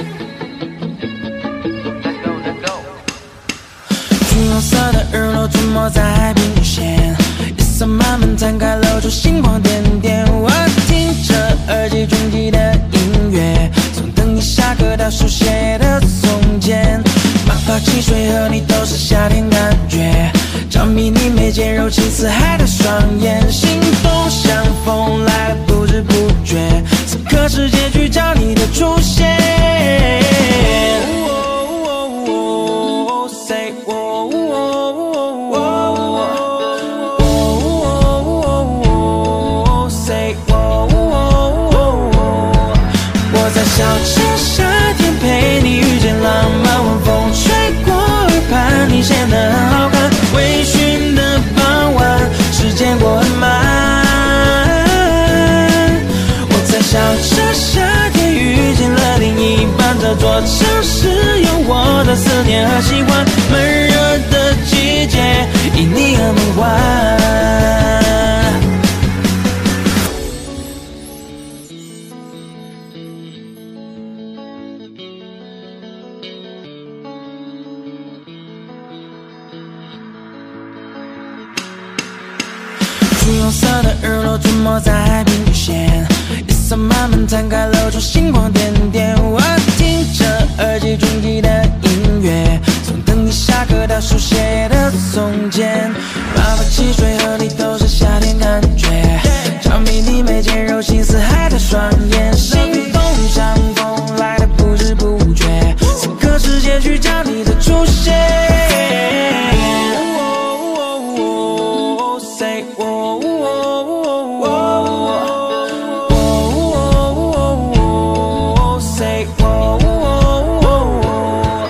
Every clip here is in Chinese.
girl, let's go, let's go. 金黄色的日落沉没在海平线，夜色慢慢摊开，露出星光点点。我听着耳机中记的音乐，从等你下课到书写的从前，冒泡汽水和你都是夏天感觉，着迷你眉间柔情似海的双眼，心动像风来了不知不觉，此刻世界聚焦你的出现。Say oh, oh, oh, oh, say oh, oh, oh, oh. 我在小城夏天陪你遇见浪漫，晚风吹过耳畔，你显得很好看。微醺的傍晚，时间过很慢。我在小城夏天遇见了另一半，这座城市有我的思念和喜欢。闷热的季节，因你而梦幻。橘红色的日落沉没在海平线，夜色慢慢摊开，露出星光点点。我听着耳机中记的音乐，从等你下课到书写的从前，爸爸汽水和你都是夏天感觉，着迷你眉间柔情似海的双眼，心动像风来的不知不觉，此刻世界聚焦你的出现。Say oh, oh, oh, oh, say oh, oh, oh.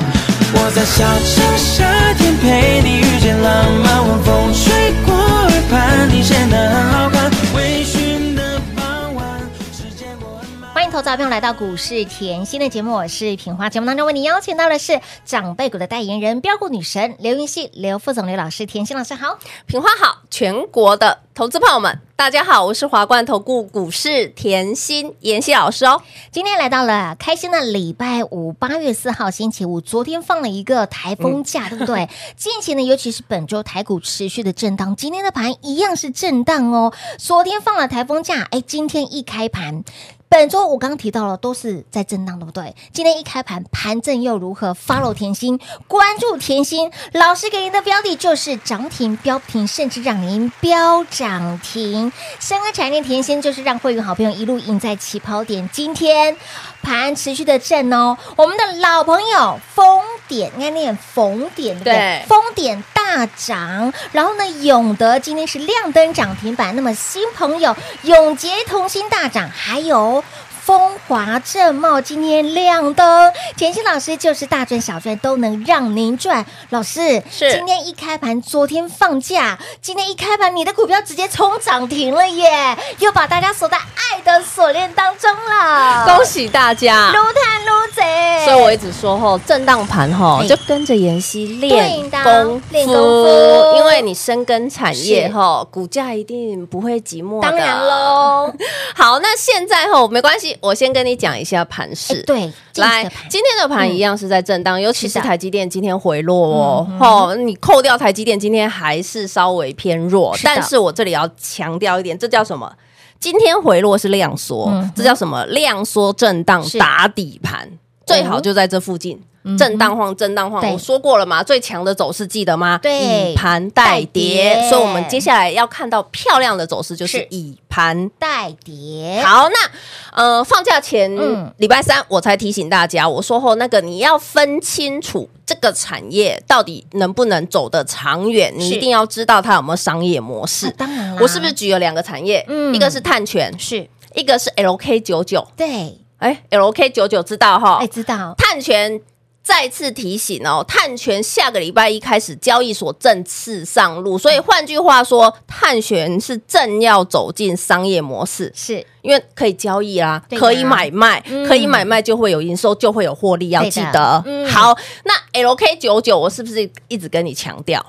我在小城夏天陪你遇见浪漫，晚风吹过耳畔，你显得很好看。微醺的傍晚，时间过很慢。欢迎投资者朋友来到股市甜心的节目，我是品花。节目当中为您邀请到的是长辈股的代言人标股女神刘云熙、刘副总、刘老师，甜心老师好。品花好，全国的投资朋友们，大家好，我是华冠投顾股市甜心妍希老师哦。今天来到了开心的礼拜五，八月四号星期五。昨天放了一个台风假，对不对？近期呢，尤其是本周台股持续的震荡，今天的盘一样是震荡哦。昨天放了台风假，哎，今天一开盘。本周我刚刚提到了，都是在震荡，对不对？今天一开盘，盘正又如何？follow 甜心，关注甜心老师给您的标的就是涨停、标停，甚至让您标涨停。深耕产业甜心就是让会员好朋友一路赢在起跑点。今天盘持续的震哦，我们的老朋友封点，应该念冯点，对不对对？封点大涨，然后呢，永德今天是亮灯涨停板，那么新朋友永捷同心大涨，还有。风华正茂今天亮灯，甜心老师就是大赚小赚都能让您赚。老师是今天一开盘，昨天放假，今天一开盘，你的股票直接冲涨停了耶，又把大家锁在爱的锁链当中了。恭喜大家！撸探撸贼，所以我一直说吼，震荡盘吼哎就跟着妍希练对的功夫，练功夫因为你深耕产业是吼，股价一定不会寂寞的。啊当然喽， 好，那现在吼没关系，我先跟你讲一下盘势。哎对，来近期的，盘今天的盘一样是在震荡，尤其是是的嗯台积电今天回落哦。吼，你扣掉台积电，今天还是稍微偏弱，是的但是我这里要强调一点，这叫什么？今天回落是量缩，嗯哼这叫什么？量缩震荡是嗯打底盘，最好就在这附近。震荡晃，震荡晃，对我说过了嘛，最强的走势记得吗？对以盘代带跌跌，所以我们接下来要看到漂亮的走势，就是是以盘带碟，好，那呃，放假前哎嗯礼、拜三我才提醒大家，我说后那个你要分清楚这个产业到底能不能走得长远，你是一定要知道它有没有商业模式。那当然啦我是不是举了两个产业？嗯一个是碳权，是一个是 LK 九九。对，哎，LK 九九知道哈？哎，知道碳权再次提醒哦，碳权下个礼拜一开始交易所正式上路，所以换句话说，碳权是正要走进商业模式。是因为可以交易啦，对呀可以买卖，嗯可以买卖就会有营收，就会有获利，要啊对的记得。嗯好，那 LK 九九，我是不是一直跟你强调？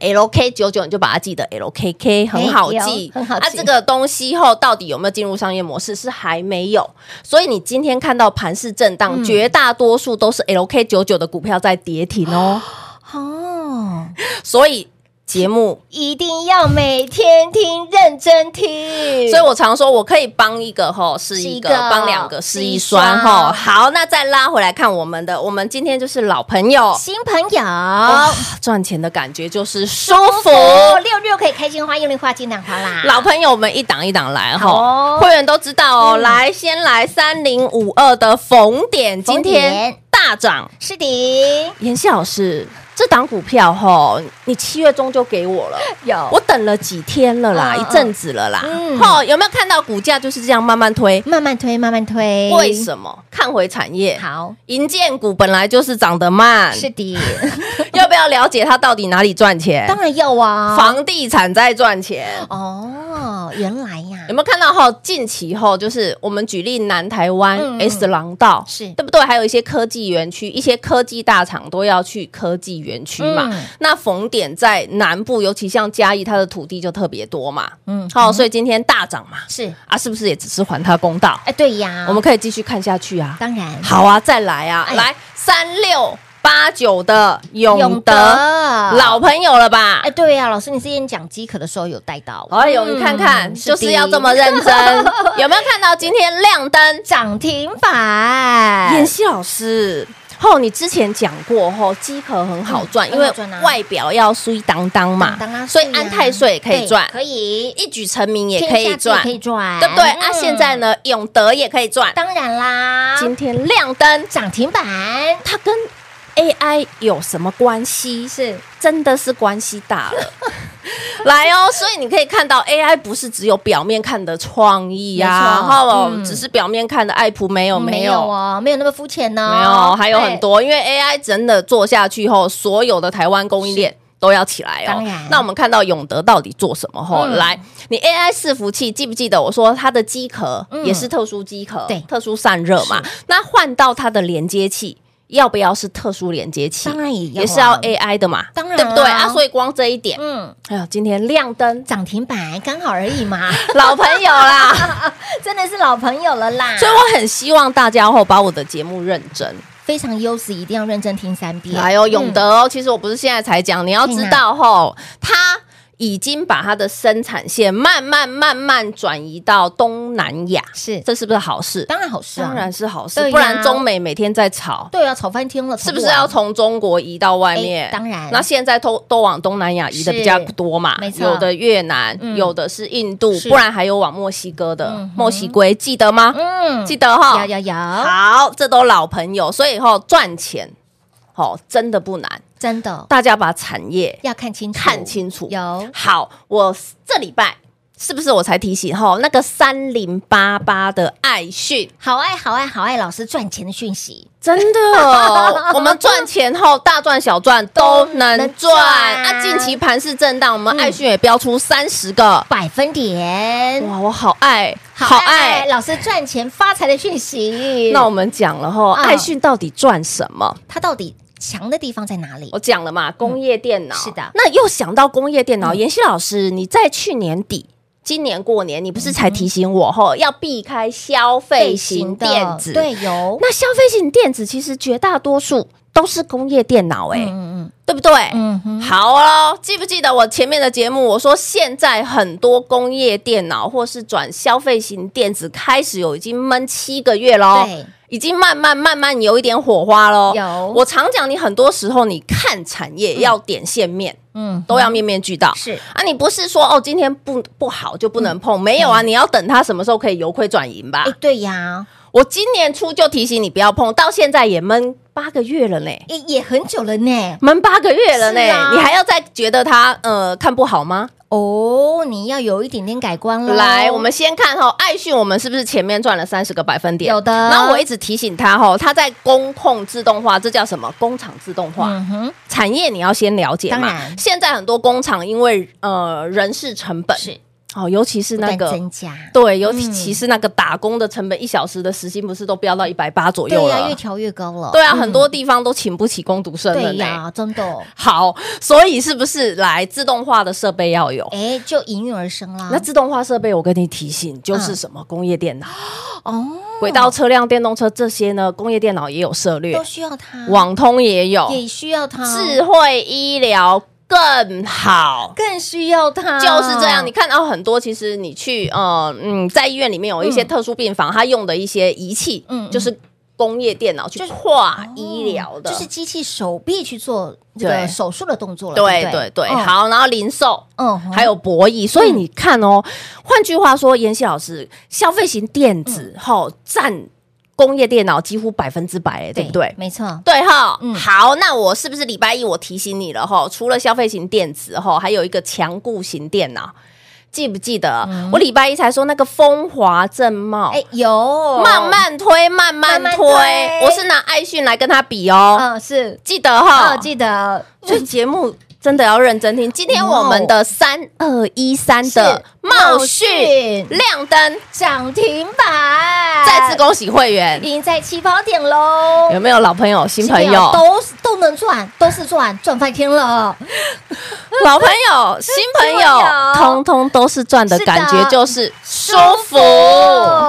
LK 九九你就把它记得 LKK 很好记，有很好记啊，这个东西后到底有没有进入商业模式是还没有，所以你今天看到盘势震荡，嗯绝大多数都是 LK 九九的股票在跌停 哦，哦，所以节目一定要每天听，认真听。所以我常说，我可以帮一个吼嗯是一个是一个，帮两个是一是双一吼。双好，那再拉回来看我们的，我们今天就是老朋友，新朋友哇赚钱的感觉就是舒服。哦，六六可以开心花，用力花，尽量花啦。老朋友们一档一档来好吼，哦会员都知道哦。来，先来三零五二的逢点，今逢天典大涨。是的，妍希老师，这档股票吼，你七月中就给我了。有我等了几天了啦，嗯嗯一阵子了啦。嗯吼，有没有看到股价就是这样慢慢推？慢慢推，慢慢推。为什么？嗯看回产业，好，银建股本来就是涨得慢，是 的，要不要了解它到底哪里赚钱？当然要啊。房地产在赚钱。哦，原来呀有，没有看到哈？近期后就是我们举例南台湾嗯嗯 S 廊道是对不对？还有一些科技园区，一些科技大厂都要去科技园区嘛。嗯那逢点在南部，尤其像嘉义，它的土地就特别多嘛。嗯，好、所以今天大涨嘛，是，啊，是不是也只是还它公道？哎，对呀，我们可以继续看下去啊。当然好啊，再来啊，哎来三六八九的永德，老老。朋友了吧？哎，对呀，老师，你之前讲饥渴的时候有带到，哎呦，你看看，就是要这么认真， 有没有看到今天亮灯？涨停妍板，希老师。哦，你之前讲过，吼，机壳很好赚，嗯因为很好赚啊外表要水当当嘛，当然是所呀，以安泰税也可以赚对，可以，一举成名也可以天下自己赚，可以赚，对不对？啊，嗯现在呢，永德也可以赚，当然啦，今天亮灯，涨停板它跟 AI 有什么关系？是真的是关系大了。来哦，所以你可以看到 AI 不是只有表面看的创意呀、没啊，错哈、哦，嗯只是表面看的爱普没有没有。哦，没有那么肤浅呢，没有，还有很多，因为 AI 真的做下去后，所有的台湾供应链都要起来哦当然。那我们看到永德到底做什么吼？嗯来，你 AI 伺服器记不记得我说它的机壳嗯也是特殊机壳，对特殊散热嘛？那换到它的连接器。要不要是特殊连接器？当然也要啊也是要 AI 的嘛，当然啊对不对啊？所以光这一点，对。嗯，哎呦，今天 亮灯，涨停板刚好而已 嘛，老朋 友啦，真的是老朋友了啦，所以我很希望大家后把我的节目认真，非常优质，一定要认真听三遍。嗯来哦，永德哦，其实我不是现在才讲，你要知道吼，他已经把他的生产线慢慢慢慢转移到东南亚，是这是不是好事？当然好事啊，当然是好事对，呀不然中美每天在吵。对啊，吵翻天了，是不是要吵从中国移到外面哎？当然那现在都都往东南亚移的比较多嘛是，没错有的越南，嗯有的是印度，是不然还有往墨西哥的嗯哼墨西哥，记得吗不？完？嗯，记得哈，有有有，好，这都老朋友，所以吼赚钱，吼真的不难，真的大家把产业要看清楚，看清楚。有好，我这礼拜是不是我才提醒吼那个三零八八的爱讯？好爱好爱好爱老师赚钱的讯息，真 的哦，我们赚钱后大赚小赚都能能赚嗯赚啊！近期盘势震荡，我们爱讯也标出三十个，百分点，哇，我好爱，好爱。老师赚钱发财的讯息。那我们讲了吼，嗯爱讯到底赚什么？它到底强的地方在哪里我？讲了嘛，工业电脑、嗯是的嗯那又想到工业电脑，妍希老师，你在去年底。今年过年，你不是才提醒我吼，要避开消费型电子？嗯对，有，那消费型电子其实绝大多数都是工业电脑、欸，嗯对不对？嗯哼，好哦，记不记得我前面的节目？我说现在很多工业电脑或是转消费型电子开始有已经闷七个月喽对，已经慢慢慢慢有一点火花喽。有我常讲，你很多时候你看产业要点线面，嗯，都要面面俱到。是嗯啊，你不是说哦，今天不不好就不能碰？没有啊，你要等它什么时候可以由亏转盈吧哎，？对呀，我今年初就提醒你不要碰，到现在也闷八个月了呢。也也很久了呢。闷八个月了呢，是啊你还要再觉得他呃看不好吗？哦，你要有一点点改观了。来，我们先看哈，爱讯我们是不是前面赚了三十个百分点？有的然后我一直提醒他哈，他在工控自动化，这叫什么？工厂自动化。嗯哼，产业你要先了解嘛。当然现在很多工厂因为呃人事成本是哦，尤其是不那断个增加，对，尤其是那个打工的成本，一小时的时薪不是都飙到一百八左对右呀、了越？调越高了。对啊，很多地方都请不起工读生了对呢。呀、真的哦，好，所以是不是来自动化的设备要有？哎，就应运而生啦。那自动化设备，我跟你提醒，就是什么工业电脑、哦，轨道车辆、电动车这些呢，工业电脑也有涉猎都，需要它，网通也有，也需要它，智慧医疗更好。更需要它，就是这样，你看到很多，其实你去呃嗯，在医院里面有一些特殊病房，它用的一些仪器，嗯嗯就是工业电脑去跨啊医疗的，哦就是机器手臂去做这个对手术的动作了，对对对不对，哦，好，然后零售，嗯，还有博弈，所以你看哦，换句话说，妍希老师，消费型电嗯子吼占工业电脑几乎百分之百，对不对？没错，对哈嗯，好，那我是不是礼拜一我提醒你了哈？除了消费型电子哈，还有一个强固型电脑，记不记得？我礼拜一才说那个风华正茂，嗯哎，有慢，慢推，慢慢慢慢推，推我是拿爱讯来跟他比哦，嗯，是，记得哈，哦，记得所以节目真的要认真听。今天我们的哦三二一三的茂讯亮灯，涨停板，再次恭喜会员，赢在起跑点喽。有没有老朋友、新朋新朋友友、都哎是都能赚，都是赚，赚翻天了。 老朋友、新朋友新朋友，通通都是赚的是的感觉，就是舒服。服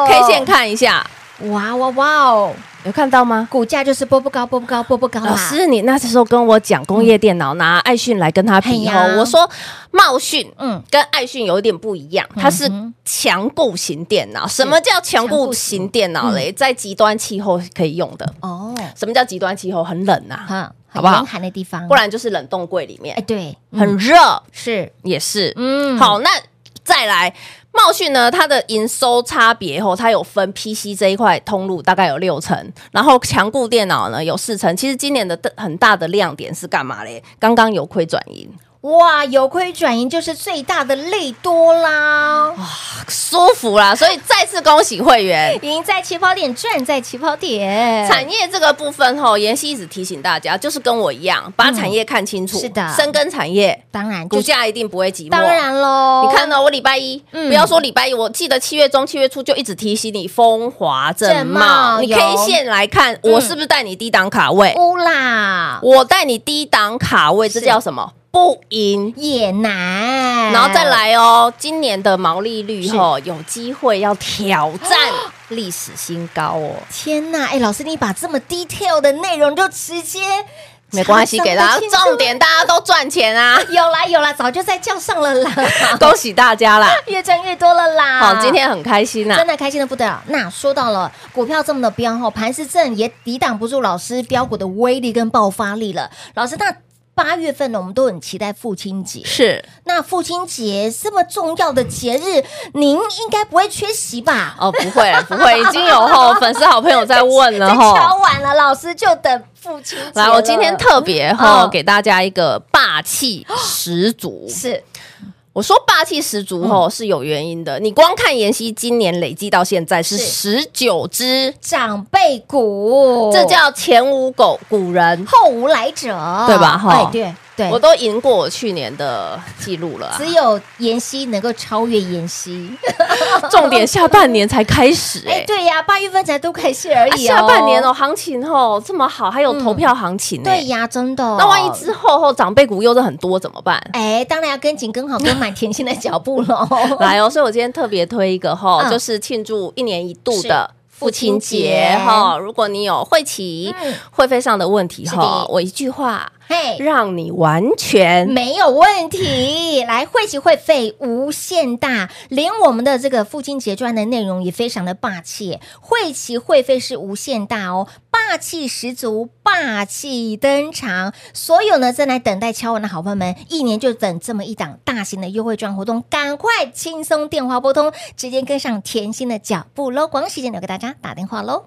K 线看一下，哇哇哇哦！有看到吗？股价就是波波高，波波高，波波高啦。老师，你那时候跟我讲工业电脑，拿爱讯来跟他比嗯哎呀哦。我说茂讯，嗯嗯，跟爱讯有一点不一样，它是强固型电脑。什么叫强固型电脑嘞？在极端气候可以用的。哦，什么叫极端气候？很冷啊，哈，好不好很严寒的地方，不然就是冷冻柜里嗯哎，面对，很嗯热，是，也是。嗯，好，那再来。茂讯呢，它的营收差别后，它有分 PC 这一块通路大概有六成，然后强固电脑呢有四成。其实今年的很大的亮点是干嘛嘞？刚刚由亏转盈，哇，由亏转盈就是最大的利多啦，。舒服啦，所以再次恭喜会 员赢在起跑点，赚在起跑点，产业这个部分吼，妍希一直提醒大家，就是跟我一样，把产业看清楚。是的深耕产业，当然股就是价一定不会寂寞。当然喽，你看哦呢、我礼拜一、哦嗯不要说礼拜一，我记得七月中、七月初就一直提醒你风华正正茂茂。你有 K 线来看，我是不是带你低档卡位？乌啦我带你低档卡位，这是叫什么？不赢。也难，然后再来哦，今年的毛利率吼、有机会要挑 战历史新高哦。天呐，哎，老师，你把这么 detail 的内容就直接没关系，插上给大得家清楚！重点，大家都赚钱啊 有啦有啦，早就在叫上了啦， 恭喜大家啦！越赚越多了啦。好，今。天很开心啊呐、啊真的开心的不得了。那说到了股票这么的彪吼，盘势正也抵挡不住老师标股的威力跟爆发力了。老师，那八月份呢，我们都很期待父亲节。是那父亲节这么重要的节日，您应该不会缺席吧？哦，不会了，不会，已经有吼 粉丝好朋友在问了这吼。敲完了，老师就等父亲节来，了我今天特别哈、嗯给大家一个霸气十足。是我说霸气十足嗯吼、是有原因的。你光看妍希今年累计到现在是十九只，长辈股，这叫前无狗古人，后无来者，对吧哈哎，对对，我都赢过我去年的记录了啊、只有妍希能够超越妍希。 重点下半年才开始、哎、哎，对呀，八月份才都开始而啊已哦。下半年哦，行情哦这么好，还有投票行情嗯呢、对呀，真的哦。那万一之后后长辈股又是很多怎么办？哎，当然要跟紧、跟好、跟满甜心的脚步喽。 来哦，所以我今天特别推一个哈、嗯就是庆祝一年一度的是父亲父亲节节哈、如果你有会期、嗯会费上的问题是哈的，我一句话嘿，让你完全没有问题，来会籍会费无限大，连我们的这个父亲节专栏的内容也非常的霸气，会籍会费是无限大哦，霸气十足，霸气登场。所有呢正在等待敲完的好朋友们，一年就等这么一档大型的优惠券活动，赶快轻松电话拨通，直接跟上甜心的脚步喽！广喜间留给大家打电话喽。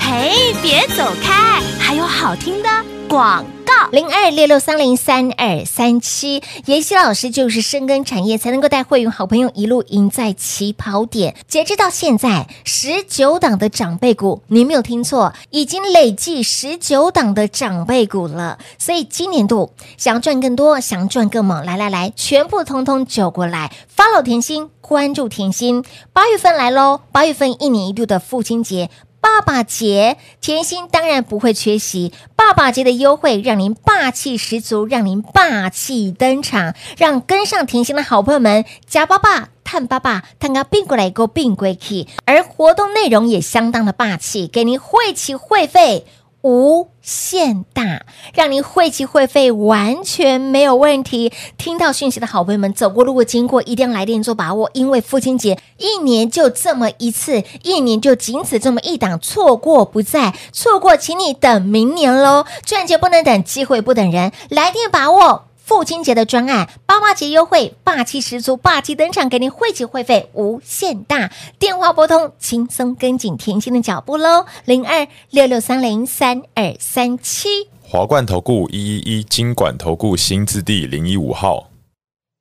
嘿，嘿，别走开，还有好听的广告。零二六六三零三二三七，妍希老师就是深耕产业，才能够带会员好朋友一路赢在起跑点。截至到现在，十九档的长辈股，你没有听错，已经累计十九档的长辈股了。所以今年度想要赚更多，想赚更猛，来来来，全部通通揪过来，follow 甜心，关注甜心。八月份来喽，八月份一年一度的父亲节。爸爸节，甜心当然不会缺席。爸爸节的优惠让您霸气十足，让您霸气登场，让跟上甜心的好朋友们夹爸爸。探爸爸，探个并过来个并归去，而活动内容也相当的霸气，给您汇齐会费无限大，让您汇齐会费完全没有问题。听到讯息的好朋友们，走过路过经过，一定要来电做把握，因为父亲节一年就这么一次，一年就仅此这么一档，错过不再，错过请你等明年喽。赚钱不能等，机会不等人，来电把握。父亲节的专案，爸妈节优惠，霸气十足，霸气登场，给您汇集会费无限大，电话拨通，轻松跟紧甜心的脚步喽，零二六六三零三二三七。华冠投顾一一一金管投顾新字第零一五号，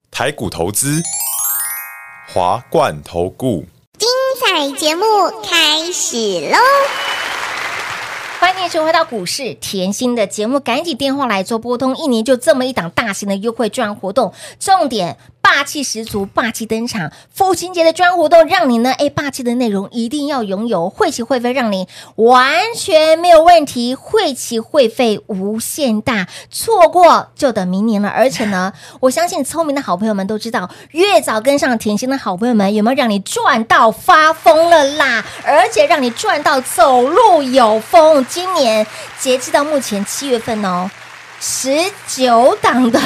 台股投资，华冠投顾。彩节目开始喽！欢迎收回到股市甜心的节目，赶紧电话来做拨通，一年就这么一档大型的优惠专案活动，重点霸气十足，霸气登场。父亲节的专案活动，让你呢，哎，霸气的内容一定要拥有，汇齐会费让你完全没有问题，汇齐会费无限大，错过就等明年了。而且 呢，我相信聪明的好朋友们都知道，越早跟上甜心的好朋友们，有没有让你赚到发疯了啦？而且让你赚到走路有风。今年截至到目前七月份哦，十九档的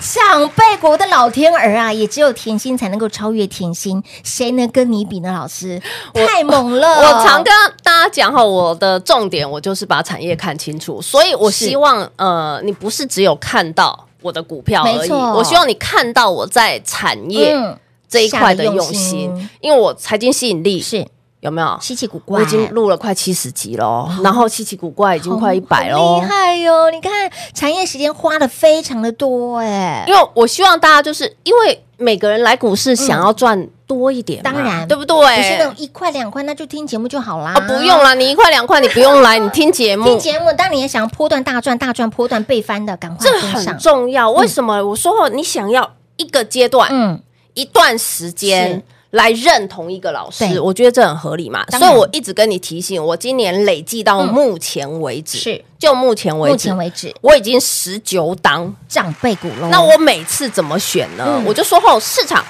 长辈国的老天儿啊，也只有甜心才能够超越甜心，谁能跟你比呢？老师太猛了！我常跟大家讲哈，我的重点我就是把产业看清楚，所以我希望呃，你不是只有看到我的股票而没已，错我希望你看到我在产业嗯这一块的下的用用心，心因为我财经吸引力是有没有？稀奇古怪，哦我已经录了快七十集喽，然后稀奇古怪已经快一百哦好喽厉。害哟、你看产业时间花的非常的多哎、因为我希望大家就是因为每个人来股市想要赚多一点嘛，当然对不不是那种对？一块两块，那就听节目就好啦。啊，不用啦，你一块两块你不 用来，你听节目听节目，当你也想要波段大赚、大赚波段被翻的，赶快这跟上很。重要。为什么我说你想要一个阶段、嗯，一段时是间来认同一个老对师？我觉得这很合理嘛。当所然以我一直跟你提醒，我今年累计到嗯目前为止，是就目前为止，目前为止我已经十九档。长辈股喽。那我每次怎么选呢？嗯我就说后市场。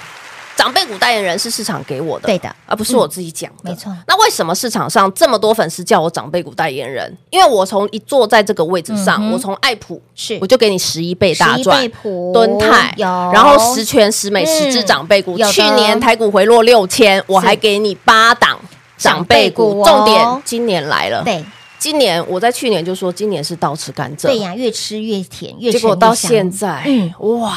长辈股代言人是市场给我的，对的而不是我自己讲嗯的、没错那为什么市场上这么多粉丝叫我长辈股代言人？因为我从一坐在这个位置上，嗯哼我从爱普是我就给你十一倍大十一赚倍，普敦泰有，然后十全十美嗯十只长辈股有的，去年台股回落六千，我还给你八档长辈股，长辈股哦重点今年来了，对今年我在去年就说今年是倒吃甘蔗，对呀、越吃越甜，越吃结越果到香现在，嗯哇，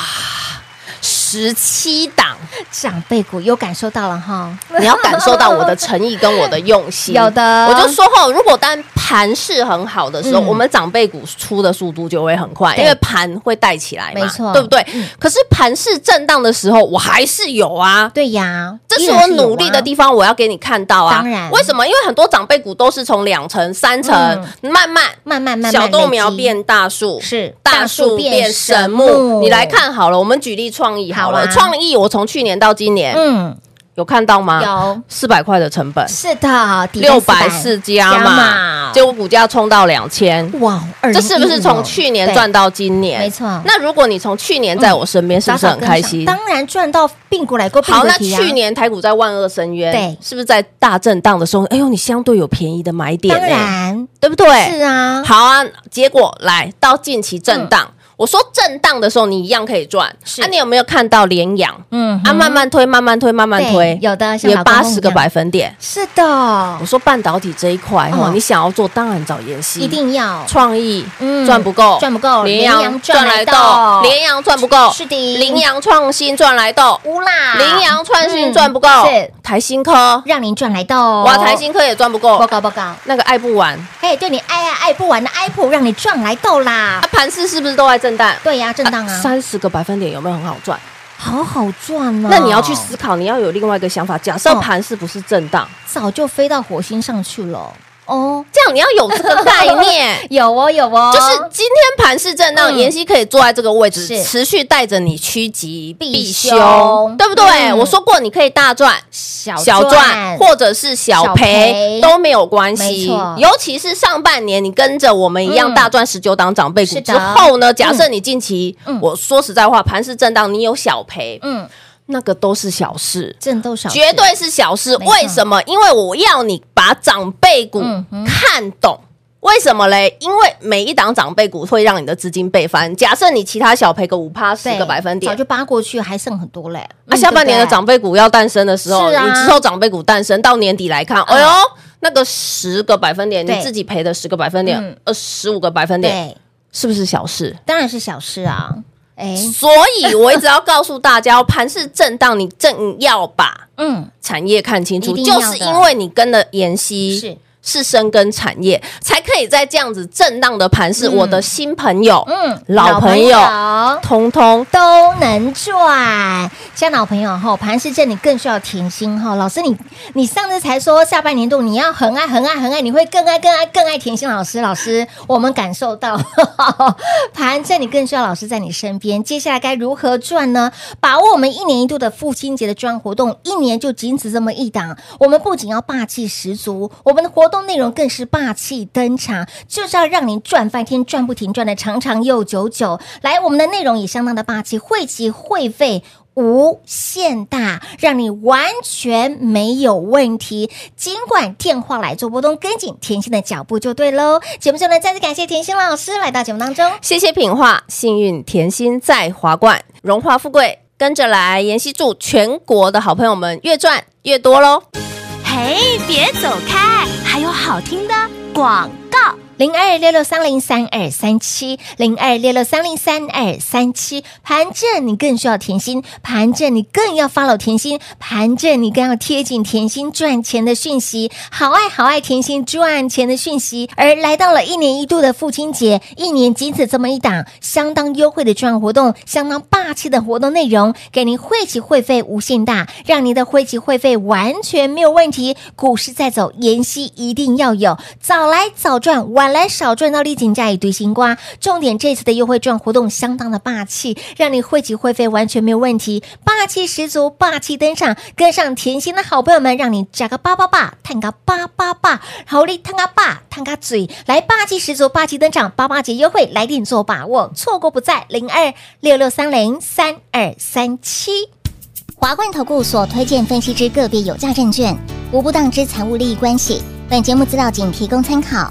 十七档，长辈股有感受到了哈。你要感受到我的诚意跟我的用 心。有的我就说吼，如果当盘势很好的时候，嗯我们长辈股出的速度就会很快，对因为盘会带起来嘛，没错嗯对不对？可是盘势震荡的时候，我还是有啊。对呀，这依是然我有努力啊的地方，我要给你看到啊！当然为什么？因为很多长辈股都是从两层、三层、嗯慢慢、慢慢慢慢小豆累苗积变大树，是大树变神木。你来，看好了，我们举例创意好好了，啊创意我从去年到今年嗯，有看到吗？有四百块的成本，是的，底六分百四加嘛，结就果股价冲到两千。哇，这是不是从去年赚到？到今年？哦没错那如果你从去年在我身边，是早不是早很跟开上心？当然赚到并过来过并好，过那去啊去年台股在万恶深渊，对是不是在大震荡的时候？哎呦，你相对有便宜的买点、当呢，然对不对？是啊，好啊，结果来到近期震荡。我说震荡的时候你一样可以赚，嗯是那、你有没有看到连阳？嗯啊，哼慢慢推，慢慢推，慢慢对推，有的像也老公八公一十个样百分点。是的我，说半导体这一块哦哦，你想要做，当然找妍希，一定要创意嗯赚不够，赚不够羚羚羊羊赚赚来来斗斗，羚羊赚不够，是的羚羊创新赚来斗，乌啦，羚羊创新嗯赚不够是，哦台新科让您赚来到哇，台新科也赚不报够，告报告，那个爱不完，哎，对你爱啊爱不完的 Apple 让你赚来到啦啊，，盘势是不是都在震荡？哦对呀，震荡啊，哎三十个百分点有没有很好赚？好好赚哦。那你要去思考，你要有另外一个想法。假设哦盘势不是震荡，早就飞到火星上去了哦。。这样你要有这个概 念有哦，有哦，就是今天盘是震荡，嗯妍希可以坐在这个位置是，持续带着你趋吉必避凶凶，对不对？嗯我说过，你可以大赚。小小赚或者是小小赔赔都没有关没系错，尤其是上半年你跟着我们一嗯样大赚十九档长辈股是的之后呢，假设你近期嗯，我说实在话，盘市震荡，你有小赔，嗯，那个都是小事，震斗小事绝对是小事。没错为什么？因为我要你把长辈股嗯哼看懂。为什么嘞？因为每一档长辈股会让你的资金倍翻。假设你其他小赔个五趴十对个百分点早，就扒过去，还剩很多嘞。那嗯下半年的对不长辈股要诞生的时候，是啊嗯你之后长辈股诞生到年底来看，哎呦，那个十个百分点，对你自己赔的十个百分嗯点，呃，十五个百分对点，对，是不是小事？当然是小事啊。哎，所以我一直要告诉大家，盘市震荡，你正要把嗯，产业看清楚，一定要就的是因为你跟了妍希是是深耕产业，才可以在这样子震荡的盘市，嗯我的新朋友，嗯，老朋友老通通都能赚，像老朋友哈，盘是正你更需要甜心哈。老师你，你上次才说下半年度你要很爱很爱很爱，你会更爱更爱更爱甜心老师。老师，我们感受到 盘正你更需要老师在你身边。接下来该如何赚呢？把握我们一年一度的父亲节的专案活动，一年就仅此这么一档。我们不仅要霸气十足，我们的活动内容更是霸气登场，就是要让您赚翻天、赚不停、赚的长长又久久。来，我们的内容也相当的霸气，汇集会费。无限大，让你完全没有问题。尽管电话来做波动，跟紧甜心的脚步就对喽。节目中呢，再次感谢甜心老师来到节目当中。谢谢品画，幸运甜心在华冠，荣华富贵跟着来。妍希祝全国的好朋友们越赚越多喽！嘿，别走开，还有好听的广告。零二六六三零三二三七，零二六六三零三二三七。盘正你更需要甜心，盘正你更要 follow 甜心，盘正你更要贴紧甜心赚钱的讯息，好爱好爱甜心赚钱的讯息。而来到了一年一度的父亲节，一年仅此这么一档，相当优惠的赚活动，相当霸气的活动内容，给您汇集会费无限大，让您的汇集会费完全没有问题。股市在走，妍希一定要有，早来早赚，晚来少赚到立井价一堆新瓜。重点这次的优惠赚活动相当的霸气，让你汇集会费完全没有问题，霸气十足，霸气登场，跟上甜心的好朋友们，让你加个八八八，探个八八八，好力探个八，探个嘴，来霸气十足，霸气登场，八八节优惠来电做把握，错过不再，零二六六三零三二三七。华冠投顾所推荐分析之个别有价证券，无不当之财务利益关系。本节目资料仅提供参考，